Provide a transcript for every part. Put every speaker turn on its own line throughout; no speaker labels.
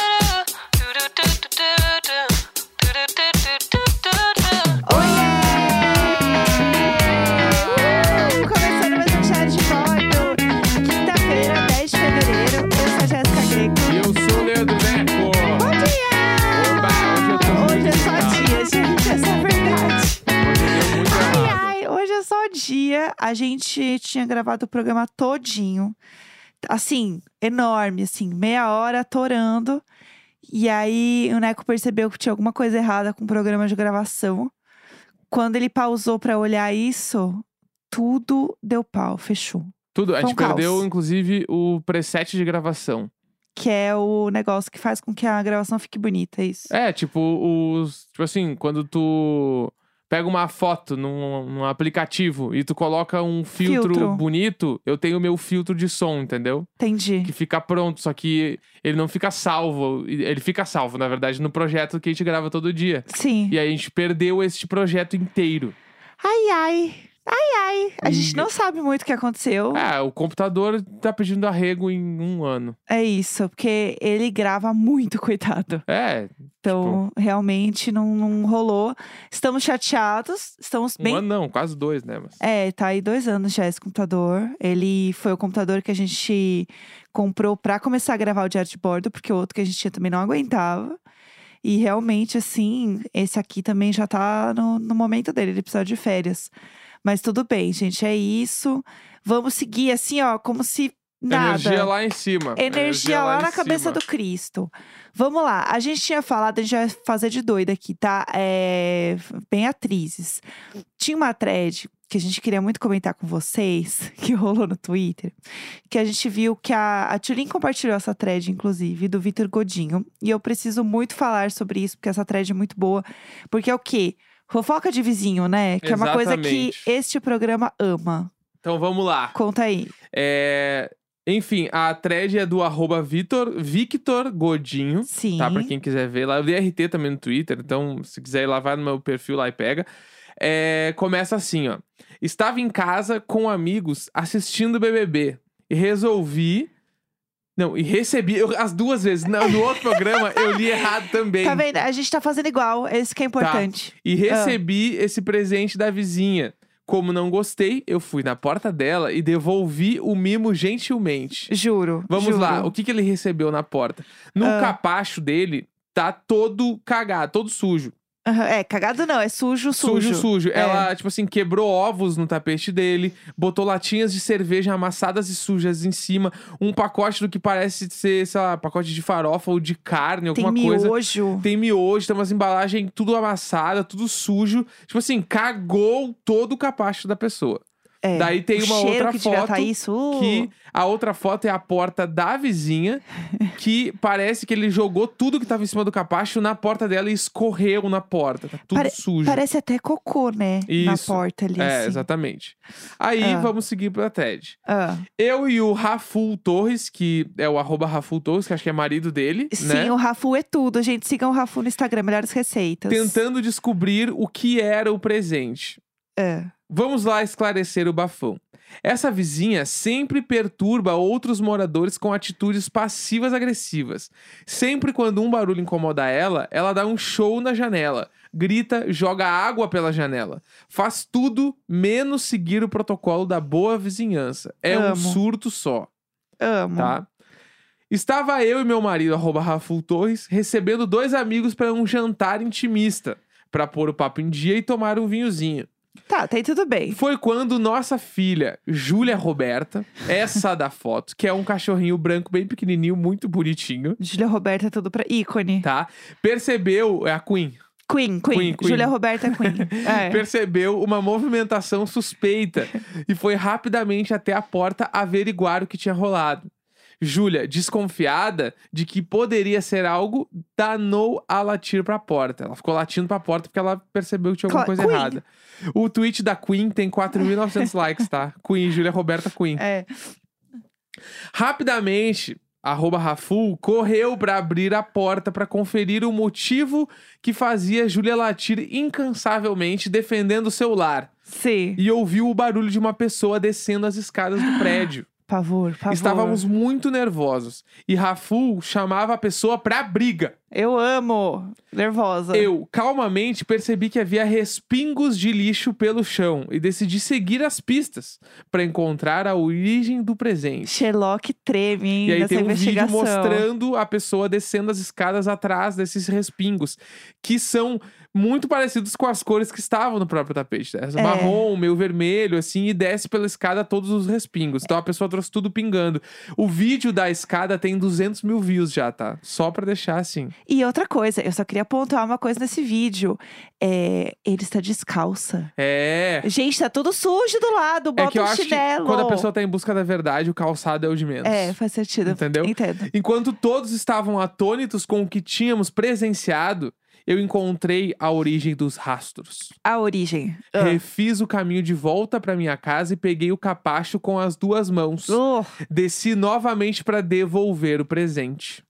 Oh, Uh, um é é a gente tinha gravado o programa todinho. Assim, enorme, assim, meia hora atorando. E aí o Neco percebeu que tinha alguma coisa errada com o programa de gravação. Quando ele pausou pra olhar isso, tudo deu pau, fechou.
Tudo. A
Foi um
gente
caos.
perdeu, inclusive, o preset de gravação.
Que é o negócio que faz com que a gravação fique bonita, é isso.
É, tipo, os. Tipo assim, quando tu pega uma foto num, num aplicativo e tu coloca um filtro,
Filtro.
bonito, eu tenho o meu filtro de som, entendeu?
Entendi.
Que fica pronto, só que ele não fica salvo. Ele fica salvo, na verdade, no projeto que a gente grava todo dia.
Sim.
E aí a gente perdeu este projeto inteiro.
Ai, ai. Ai, ai. A
E-
gente não sabe muito o que aconteceu.
Ah, o computador tá pedindo arrego em um ano.
É isso, porque ele grava muito, coitado.
É,
Então, realmente não, não rolou. Estamos chateados, estamos
um
bem.
ano não, quase dois, né? Mas...
É, tá aí dois anos já esse computador. Ele foi o computador que a gente comprou pra começar a gravar o Diário de Bordo, porque o outro que a gente tinha também não aguentava. E realmente, assim, esse aqui também já tá no, no momento dele, ele precisa de férias. Mas tudo bem, gente, é isso. Vamos seguir assim, ó, como se nada.
Energia lá em cima.
Energia lá,
em
na cabeça
cima.
do Cristo. Vamos lá, a gente tinha falado, a gente vai fazer de doida aqui, tá? É, bem atrizes. Tinha uma thread que a gente queria muito comentar com vocês, que rolou no Twitter, que a gente viu que a, a Tulin compartilhou essa thread, inclusive, do Vitor Godinho. E eu preciso muito falar sobre isso, porque essa thread é muito boa. Porque é o quê? Fofoca de vizinho, né? Que é uma coisa que
Exatamente.
este programa ama.
Então vamos lá.
Conta aí.
É, Enfim, a thread é do arroba Victor, Victor Godinho.
Sim.
Tá, pra quem quiser ver lá. Eu dei RT também no Twitter, então se quiser ir lá, vai no meu perfil lá e pega. É, começa assim, ó. Estava em casa com amigos assistindo BBB e resolvi... Não, e recebi... eu- as duas vezes. Não, no outro programa eu li errado também.
Tá vendo? A gente tá fazendo igual, é isso que é importante.
E recebi esse presente da vizinha. Como não gostei, eu fui na porta dela e devolvi o mimo gentilmente.
Juro.
Vamos
juro.
lá, o que, que ele recebeu na porta? No
Ah.
capacho dele tá todo cagado, todo sujo.
Aham, É, cagado não, é sujo, sujo. É.
Sujo, sujo. Ela, tipo assim, quebrou ovos no tapete dele, botou latinhas de cerveja amassadas e sujas em cima, um pacote do que parece ser, sei lá, pacote de farofa ou de carne,
Tem
alguma coisa.
miojo.
Tem miojo, tem umas embalagens tudo amassada, tudo sujo. Tipo assim, cagou todo o capacho da pessoa.
É,
Daí tem
o
uma
cheiro
outra
que
foto
devia tá isso. uh,
que a outra foto é a porta da vizinha, que parece que ele jogou tudo que tava em cima do capacho na porta dela e escorreu na porta. Tá tudo
Pare-
sujo.
Parece até cocô, né? Na
Isso.
porta ali.
É,
assim.
exatamente. Aí
Ah.
vamos seguir pra TED.
Ah,
Eu e o Raful Torres, que é o arroba Raful Torres, que acho que é marido dele,
Sim,
né?
o Rafu é tudo, gente. Sigam o Rafu no Instagram, melhores receitas.
Tentando descobrir o que era o presente.
É.
Vamos lá esclarecer o bafão. Essa vizinha sempre perturba outros moradores com atitudes passivas agressivas. Sempre quando um barulho incomoda ela, ela dá um show na janela, grita, joga água pela janela, faz tudo menos seguir o protocolo da boa vizinhança. É um
Amo.
surto só,
Amo.
tá? Estava eu e meu marido, arroba Raful Torres, recebendo dois amigos para um jantar intimista, para pôr o papo em dia e tomar um vinhozinho.
Tá, tá aí tudo bem.
Foi quando nossa filha, Júlia Roberta, essa da foto, que é um cachorrinho branco bem pequenininho, muito bonitinho,
Júlia Roberta é tudo pra. ícone.
tá? Percebeu, é a Queen,
Queen, Queen.
Queen, Queen.
Júlia Roberta é Queen. É.
percebeu uma movimentação suspeita e foi rapidamente até a porta averiguar o que tinha rolado. Júlia, desconfiada de que poderia ser algo, danou a latir pra porta. Ela ficou latindo pra porta porque ela percebeu que tinha alguma
Cla-
coisa
Queen.
errada. O tweet da Queen tem 4.900 likes, tá? Queen, Júlia Roberta Queen.
É.
Rapidamente, arroba Raful correu para abrir a porta para conferir o motivo que fazia Júlia latir incansavelmente defendendo o seu lar
Sim.
e ouviu o barulho de uma pessoa descendo as escadas do prédio.
Pavor, pavor.
Estávamos muito nervosos e Raful chamava a pessoa pra briga.
Eu amo. Nervosa.
Eu calmamente percebi que havia respingos de lixo pelo chão e decidi seguir as pistas para encontrar a origem do presente.
Sherlock treme, hein,
E aí
nessa
tem um vídeo
investigação.
mostrando a pessoa descendo as escadas atrás desses respingos, que são muito parecidos com as cores que estavam no próprio tapete. né?
É.
Marrom, meio vermelho, assim, e desce pela escada todos os respingos. Então a pessoa trouxe tudo pingando. O vídeo da escada tem 200 mil views já, tá? Só pra deixar assim.
E outra coisa, eu só queria pontuar uma coisa nesse vídeo. É, ele está descalça.
É,
Gente, tá tudo sujo do lado, bota
é que eu
um
acho
chinelo.
que quando a pessoa tá em busca da verdade, o calçado é o de menos.
É, faz sentido.
Entendeu?
Entendo.
Enquanto todos estavam atônitos com o que tínhamos presenciado, eu encontrei a origem dos rastros.
A origem.
Refiz o caminho de volta para minha casa e peguei o capacho com as duas mãos.
Uh,
Desci novamente para devolver o presente.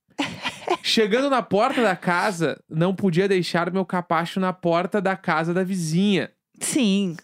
Chegando na porta da casa, não podia deixar meu capacho na porta da casa da vizinha.
sim.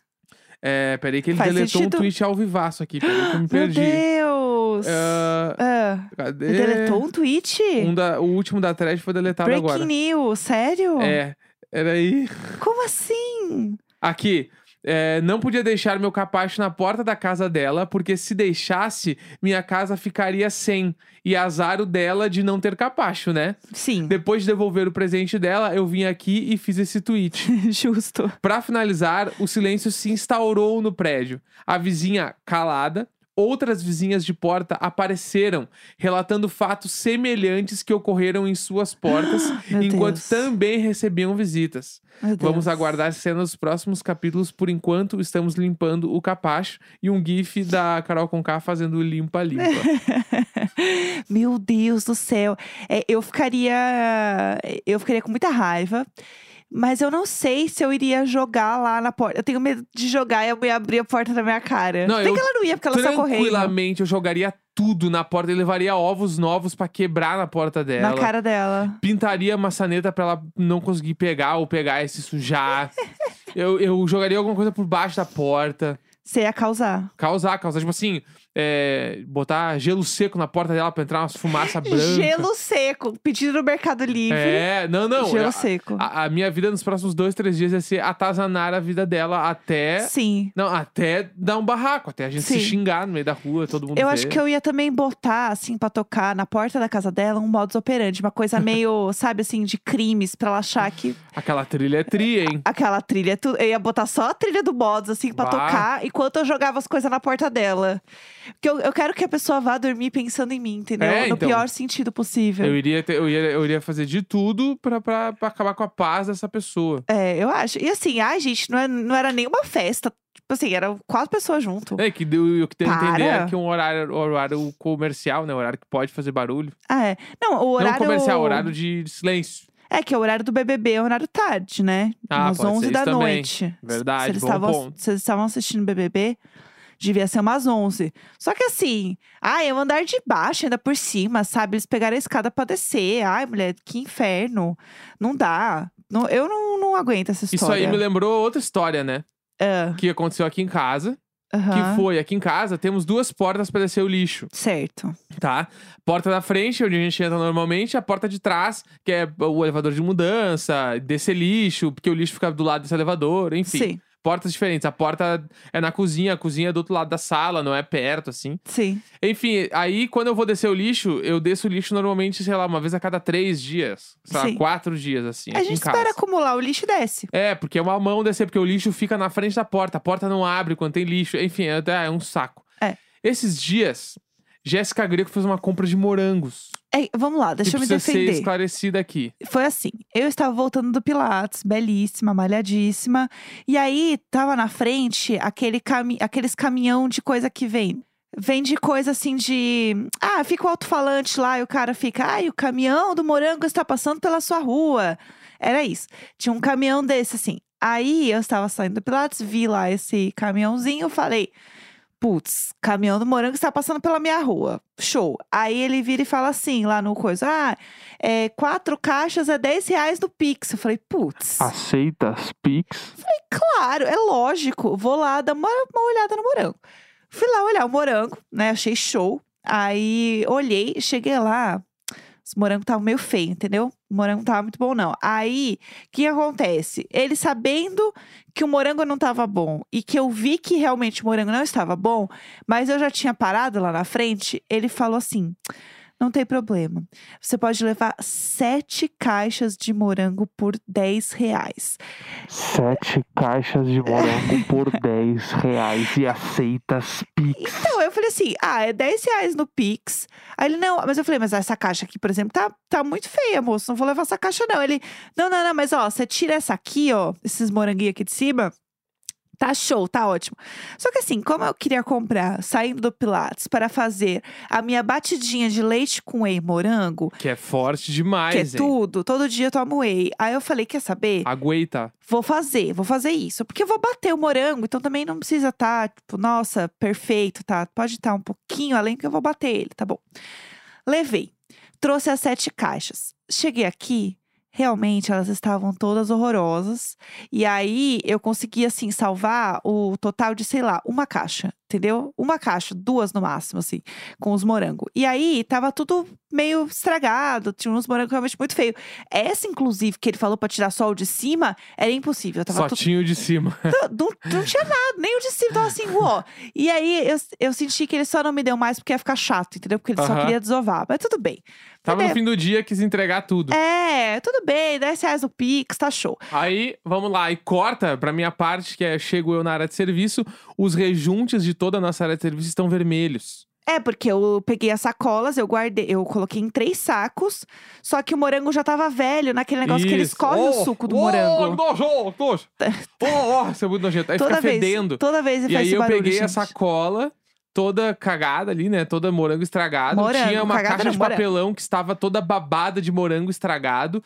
É, peraí que ele
Faz
deletou um
sentido.
tweet ao vivaço aqui, peraí que eu me
Meu
perdi.
Deus!
Ah,
Ah,
cadê?
deletou um tweet?
Um da- o último da thread foi deletado
Breaking
agora.
news, sério?
É, era aí.
Como assim?
Aqui. é, não podia deixar meu capacho na porta da casa dela, porque se deixasse, minha casa ficaria sem. E azar o dela de não ter capacho, né?
Sim,
Depois de devolver o presente dela, eu vim aqui e fiz esse tweet.
justo.
Pra finalizar, o silêncio se instaurou no prédio. A vizinha calada, outras vizinhas de porta apareceram, relatando fatos semelhantes que ocorreram em suas portas,
Meu
enquanto
Deus.
também recebiam visitas.
Meu Deus.
Vamos aguardar as cenas dos próximos capítulos. Por enquanto, estamos limpando o capacho e um gif da Carol Conká fazendo limpa-limpa.
Meu Deus do céu. É, eu ficaria. Eu ficaria com muita raiva. Mas eu não sei se eu iria jogar lá na porta. Eu tenho medo de jogar e a mulher abrir a porta na minha cara.
Não,
Sei
eu-
que ela não ia, porque ela saiu correndo.
Tranquilamente, eu jogaria tudo na porta e levaria ovos novos pra quebrar na porta dela.
Na cara dela.
pintaria a maçaneta pra ela não conseguir pegar ou pegar e se sujar. eu, eu jogaria alguma coisa por baixo da porta.
Você ia causar.
Causar, causar. Tipo assim, é, botar gelo seco na porta dela pra entrar umas fumaça branca.
Gelo seco. Pedido no Mercado Livre.
É, não, não.
Gelo
eu-
seco.
a, a minha vida nos próximos dois, três dias ia ser atazanar a vida dela até.
Sim.
Não, até dar um barraco, até a gente se
Sim.
xingar no meio da rua, todo mundo
Eu
ver.
acho que eu ia também botar, assim, pra tocar na porta da casa dela um modus operandi. Uma coisa meio, sabe, assim, de crimes, pra ela achar que
Aquela trilha é tri, hein?
Aquela trilha, tu- eu ia botar só a trilha do Bods, assim, pra
Bah.
tocar, enquanto eu jogava as coisas na porta dela. Porque eu, eu quero que a pessoa vá dormir pensando em mim, entendeu?
É,
no
então.
pior sentido possível.
Eu iria, ter- eu, iria, eu iria fazer de tudo pra, pra, pra acabar com a paz dessa pessoa.
É, eu acho. E assim, ai, gente, não, é- não era nenhuma festa. Tipo assim, eram quatro pessoas junto.
É, que deu, o que deu a entender
Para.
é que um horário, horário comercial, né? Horário que pode fazer barulho.
Ah, é. Não, o horário.
Não comercial, horário de silêncio.
É, que é o horário do BBB, é o horário tarde, né?
Ah,
umas
pode ser
11 da
isso também.
noite.
Verdade,
se eles
bom
estavam,
ponto.
Se eles estavam assistindo BBB, devia ser umas 11. Só que assim, ah, é o andar de baixo, ainda por cima, sabe? Eles pegaram a escada pra descer. Ai, mulher, que inferno. Não dá. Não- eu não, não aguento essa
Isso
história.
aí me lembrou outra história, né?
Ah,
Que aconteceu aqui em casa.
aham.
Que foi, aqui em casa, temos duas portas para descer o lixo,
Certo.
tá? Porta da frente, onde a gente entra normalmente, a porta de trás, que é o elevador de mudança, descer lixo, porque o lixo fica do lado desse elevador, enfim.
Sim,
Portas diferentes. A porta é na cozinha, a cozinha é do outro lado da sala, não é perto, assim.
sim.
Enfim, aí quando eu vou descer o lixo, eu desço o lixo normalmente, sei lá, uma vez a cada três dias. Sei lá,
Sim.
quatro dias, assim.
a
aqui
gente
em casa.
espera acumular o lixo e desce.
É, porque é uma mão descer, porque o lixo fica na frente da porta, a porta não abre quando tem lixo. Enfim, é, até- é um saco.
É.
Esses dias, Jéssica Greco fez uma compra de morangos.
É, vamos lá, deixa
que
eu me
precisa
defender.
ser esclarecida aqui.
foi assim: eu estava voltando do Pilates, belíssima, malhadíssima. E aí tava na frente aquele cami aqueles caminhão de coisa que vem. Vende coisa assim de. Ah, fica o alto-falante lá e o cara fica. Ai, o caminhão do morango está passando pela sua rua. Era isso. Tinha um caminhão desse assim. Aí eu estava saindo do Pilates, vi lá esse caminhãozinho, falei. Putz, caminhão do morango está passando pela minha rua. Show. Aí ele vira e fala assim lá no coisa: Ah, é, quatro caixas é 10 reais no Pix. Eu falei, putz,
Aceitas Pix?
claro, é lógico. Vou lá dar uma, uma olhada no morango. Fui lá olhar o morango, né? Achei show. Aí olhei, cheguei lá. Os morangos estavam meio feio, entendeu? O morango não tava muito bom, não. Aí, o que acontece? Ele sabendo que o morango não tava bom e que eu vi que realmente o morango não estava bom, mas eu já tinha parado lá na frente, ele falou assim: não tem problema. Você pode levar sete caixas de morango por 10 reais.
Sete caixas de morango por 10 reais e aceitas Pix.
Então, eu falei assim: ah, é 10 reais no Pix. Aí ele, não, mas eu falei, mas essa caixa aqui, por exemplo, tá, tá muito feia, moço. Não vou levar essa caixa, não. Ele, não, não, não, mas ó, você tira essa aqui, ó, esses moranguinhos aqui de cima. Tá show, tá ótimo. Só que assim, como eu queria comprar saindo do Pilates para fazer a minha batidinha de leite com whey e morango,
Que é forte demais,
que é
hein?
tudo, todo dia eu tomo whey. Aí eu falei, quer saber?
Aguenta.
Vou fazer, vou fazer isso. Porque eu vou bater o morango, então também não precisa estar, tipo, nossa, perfeito, tá? Pode estar um pouquinho além que eu vou bater ele, tá bom? Levei. Trouxe as sete caixas. Cheguei aqui, realmente elas estavam todas horrorosas. E aí eu consegui, assim, salvar o total de, sei lá, uma caixa, entendeu? Uma caixa, duas no máximo, assim, com os morangos. E aí tava tudo meio estragado, tinha uns morangos realmente muito feios. Essa, inclusive, que ele falou pra tirar só o de cima, era impossível. Tava tudo
Sotinho de cima.
não, não, não tinha nada, nem o de cima tava assim, uó. E aí eu, eu senti que ele só não me deu mais porque ia ficar chato, entendeu? Porque ele só
Aham.
queria desovar. Mas tudo bem.
Tava no né?
Entendeu?
fim do dia, quis entregar tudo.
Tá É, tudo bem, 10 reais o Pix, tá show.
Aí, vamos lá, e corta pra minha parte, que é chego eu na área de serviço, os rejuntes de toda a nossa área de serviço estão vermelhos.
É, porque eu peguei as sacolas, eu guardei, eu coloquei em três sacos, só que o morango já tava velho, naquele negócio que ele
Isso.
escorre
Oh,
o suco do
oh,
morango.
Nojo, oh, nojo. oh, oh, isso é muito nojento. Aí
toda
fica
vez,
fedendo.
toda vez ele
E
faz
aí
esse
eu
barulho, assim.
peguei a
gente.
sacola toda cagada ali, né? Toda morango estragado.
Morango,
Tinha uma
cagada
caixa
não,
de
morango.
papelão que estava toda babada de morango estragado.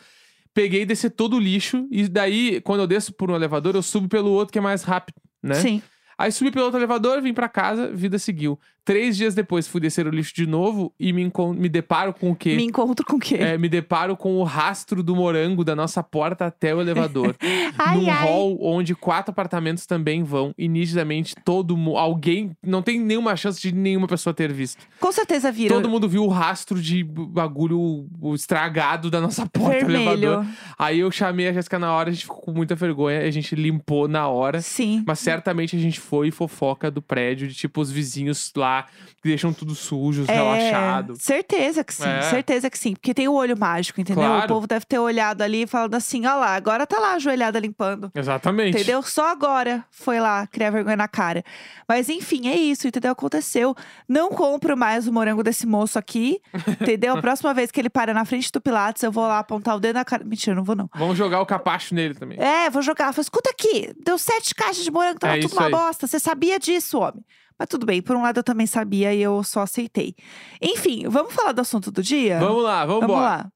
Peguei e desci todo o lixo. E daí, quando eu desço por um elevador, eu subo pelo outro que é mais rápido, né?
Sim.
Aí subi pelo outro elevador, vim pra casa, vida seguiu. Três dias depois fui descer o lixo de novo e me, encon- me deparo com o quê?
Me encontro com o quê?
É, me deparo com o rastro do morango da nossa porta até o elevador.
Ai,
é, num
ai.
hall onde quatro apartamentos também vão. E nitidamente todo mundo. Alguém. Não tem nenhuma chance de nenhuma pessoa ter visto.
Com certeza viram.
Todo mundo viu o rastro de bagulho estragado da nossa porta do elevador.
vermelho.
Aí eu chamei a Jéssica na hora, a gente ficou com muita vergonha, a gente limpou na hora.
Sim.
Mas certamente a gente foi fofoca do prédio, de tipo os vizinhos lá que deixam tudo sujo,
É.
relaxado.
Certeza que sim,
É.
certeza que sim. Porque tem o olho mágico, entendeu?
Claro.
O povo deve ter olhado ali e falando assim: ó lá, agora tá lá ajoelhada limpando.
Exatamente.
Entendeu? Só agora foi lá criar vergonha na cara. Mas enfim, é isso, entendeu? Aconteceu. Não compro mais o morango desse moço aqui, entendeu? A próxima vez que ele para na frente do Pilates, eu vou lá apontar o dedo na cara. Mentira, eu não vou não.
Vamos jogar o capacho nele também.
É, vou jogar. Fala, escuta aqui, deu sete caixas de morango, tava
É
tudo
isso
uma
aí.
bosta. Você sabia disso, homem. Mas tudo bem, por um lado eu também sabia e eu só aceitei. Enfim, vamos falar do assunto do dia?
Vamos lá, vamos,
Vamos
embora.
lá.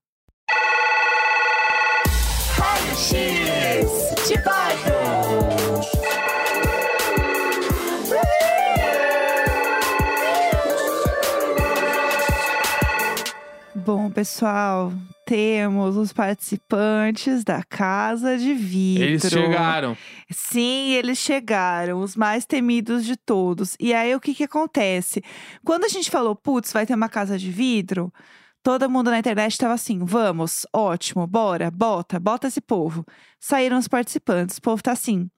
Bom, pessoal, temos os participantes da Casa de Vidro.
Eles chegaram.
Sim, eles chegaram, os mais temidos de todos. E aí, o que que acontece? Quando a gente falou, putz, vai ter uma casa de vidro, todo mundo na internet estava assim, vamos, ótimo, bora, bota, bota esse povo. Saíram os participantes, o povo tá assim,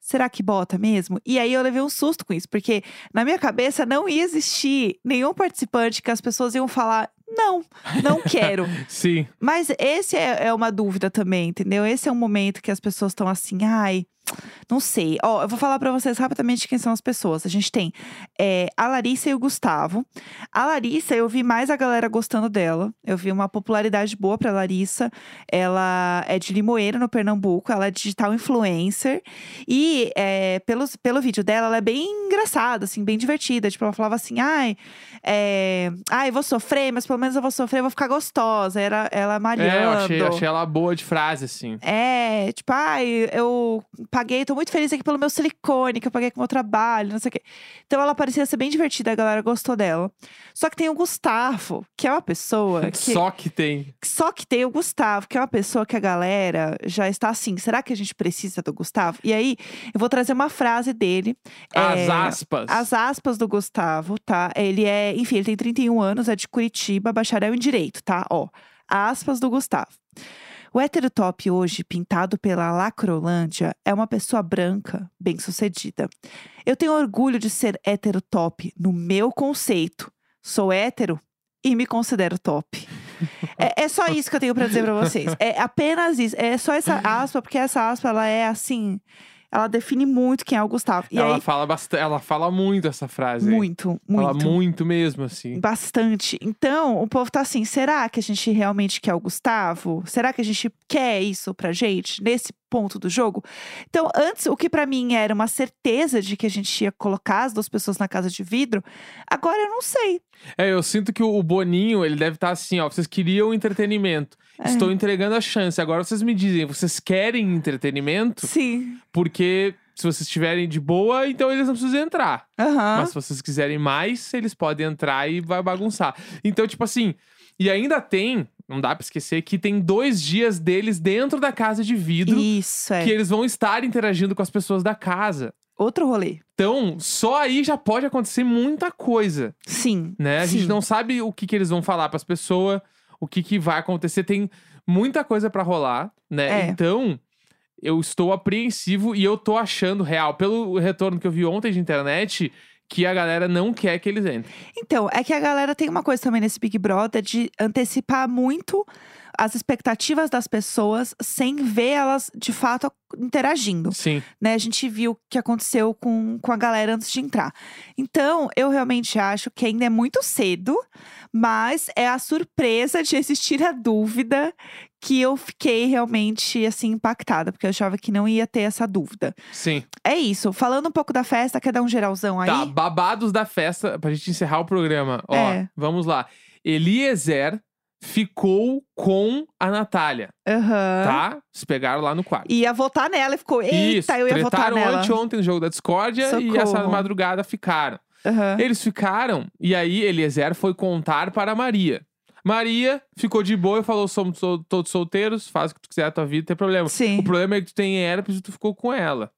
será que bota mesmo? E aí, eu levei um susto com isso, porque na minha cabeça não ia existir nenhum participante que as pessoas iam falar, não, não quero.
Sim.
Mas esse é, é uma dúvida também, entendeu? Esse é um momento que as pessoas estão assim, ai, não sei. Ó, eu vou falar pra vocês rapidamente quem são as pessoas. A gente tem é, a Larissa e o Gustavo. A Larissa, eu vi mais a galera gostando dela. Eu vi uma popularidade boa pra Larissa. Ela é de Limoeiro, no Pernambuco. Ela é digital influencer. E é, pelos, pelo vídeo dela, ela é bem engraçada, assim, bem divertida. Tipo, ela falava assim, ai, é, ai, vou sofrer, mas pelo menos eu vou sofrer, eu vou ficar gostosa. Era ela é malhando.
É, eu achei, achei ela boa de frase, assim.
É, tipo, ai, eu paguei, tô muito feliz aqui pelo meu silicone, que eu paguei com o meu trabalho, não sei o quê. Então ela parecia ser bem divertida, a galera gostou dela. Só que tem o Gustavo, que é uma pessoa que.
Só que tem.
Só que tem o Gustavo, que é uma pessoa que a galera já está assim. Será que a gente precisa do Gustavo? E aí, eu vou trazer uma frase dele.
As
é,
aspas.
As aspas do Gustavo, tá? Ele é, enfim, ele tem 31 anos, é de Curitiba, bacharel em Direito, tá? Ó, aspas do Gustavo. O hétero top hoje, pintado pela Lacrolândia, é uma pessoa branca, bem-sucedida. Eu tenho orgulho de ser hétero top no meu conceito. Sou hétero e me considero top. É, é só isso que eu tenho pra dizer pra vocês. É apenas isso. É só essa aspa, porque essa aspa, ela é assim... Ela define muito quem é o Gustavo. E
ela
aí,
fala bastante. Ela fala muito essa frase. aí.
muito,
Fala
muito.
muito mesmo, assim.
Bastante. Então, o povo tá assim: será que a gente realmente quer o Gustavo? Será que a gente quer isso pra gente nesse ponto do jogo? Então, antes, o que pra mim era uma certeza de que a gente ia colocar as duas pessoas na casa de vidro, agora eu não sei.
É, eu sinto que o Boninho, ele deve estar assim, ó. Vocês queriam entretenimento.
É.
Estou entregando a chance. Agora vocês me dizem, vocês querem entretenimento?
Sim.
Porque se vocês estiverem de boa, então eles não precisam entrar.
Aham.
Mas se vocês quiserem mais, eles podem entrar e vai bagunçar. Então, tipo assim, e ainda tem, não dá pra esquecer, que tem dois dias deles dentro da casa de vidro
Isso, é.
que eles vão estar interagindo com as pessoas da casa.
Outro rolê.
Então, só aí já pode acontecer muita coisa
Sim.
né? A gente
sim.
não sabe o que, que eles vão falar pras pessoas, o que, que vai acontecer. Tem muita coisa pra rolar,
É.
né? Então, eu estou apreensivo e eu tô achando real, pelo retorno que eu vi ontem de internet, que a galera não quer que eles entrem.
Então, é que a galera tem uma coisa também nesse Big Brother de antecipar muito as expectativas das pessoas sem ver elas de fato interagindo.
Sim.
né? A gente viu o que aconteceu com, com a galera antes de entrar. Então, eu realmente acho que ainda é muito cedo, mas é a surpresa de existir a dúvida que eu fiquei realmente assim impactada, porque eu achava que não ia ter essa dúvida.
Sim.
É isso. Falando um pouco da festa, quer dar um geralzão aí?
Tá, babados da festa, pra gente encerrar o programa. Ó,
É.
vamos lá. Eliezer ficou com a Natália,
Aham.
tá? Se pegaram lá no quarto.
Ia votar nela e ficou, eita,
Isso,
eu ia votar
tretaram
nela.
anteontem no jogo da discórdia e essa
Socorro.
madrugada ficaram.
Aham.
Eles ficaram, e aí Eliezer foi contar para Maria. Maria ficou de boa e falou: somos sol- todos solteiros, faz o que tu quiser da tua vida, não tem problema.
Sim.
O problema é que tu tem herpes e tu ficou com ela.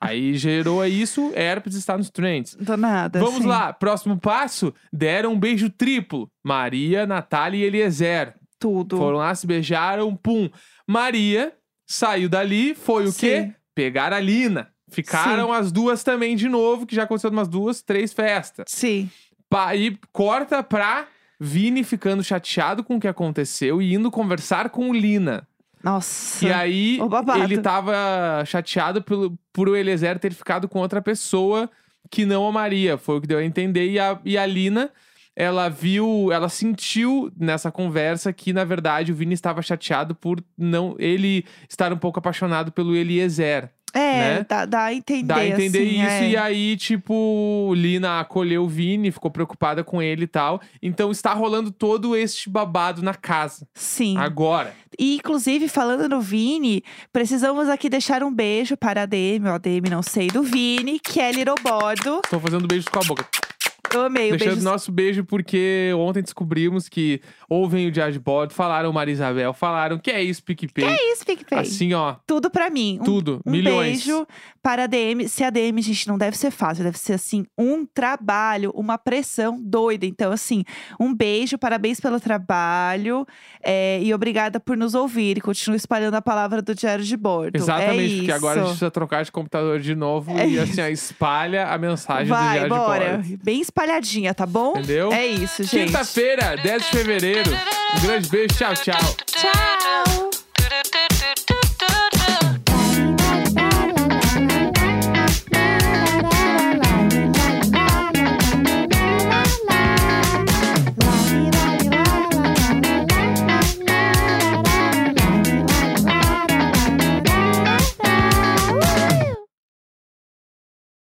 aí gerou isso, herpes está nos trends.
Do nada. assim,
Vamos
Tá sim.
lá, próximo passo: deram um beijo triplo. Maria, Natália e Eliezer.
Tudo.
Foram lá, se beijaram, pum. Maria saiu dali, foi o
Sim.
quê? Pegar a Lina. Ficaram as duas também de novo, que já aconteceu umas duas, três festas.
Sim.
Pa- E corta pra Vini ficando chateado com o que aconteceu e indo conversar com Lina.
Nossa.
E aí
O babado.
ele tava chateado pelo, por o Eliezer ter ficado com outra pessoa que não a Maria. Foi o que deu a entender. E a, e a Lina, ela viu, ela sentiu nessa conversa que, na verdade, o Vini estava chateado por não ele estar um pouco apaixonado pelo Eliezer.
é,
né?
dá, dá a entender.
Dá a entender
assim,
isso,
é.
e aí, tipo, Lina acolheu o Vini, ficou preocupada com ele e tal. Então está rolando todo este babado na casa.
Sim.
Agora.
E, inclusive, falando no Vini, precisamos aqui deixar um beijo para a DM, ou a DM, não sei, do Vini, que é Little Bordo.
Tô fazendo beijos com a boca.
Eu amei o
Deixando
beijo.
nosso beijo, porque ontem descobrimos que ouvem o Jadboard, falaram Marisabel, falaram que é isso, PicPay.
É isso, PicPay.
Assim, ó,
Tudo pra mim. Um,
tudo,
um
milhões.
beijo para a DM. Se a DM, gente, não deve ser fácil, deve ser assim, um trabalho, uma pressão doida. Então, assim, um beijo, parabéns pelo trabalho é, e obrigada por nos ouvir. E continue espalhando a palavra do Diário de Bordo. é
Exatamente,
isso.
porque agora a gente precisa trocar de computador de novo
É
e assim, ó, espalha a mensagem
Vai,
do
bora.
Jadboard.
Bem espalhadinha, tá bom?
Entendeu?
É isso, gente.
Quinta-feira, 10 de fevereiro. Um grande beijo, tchau, tchau.
Tchau!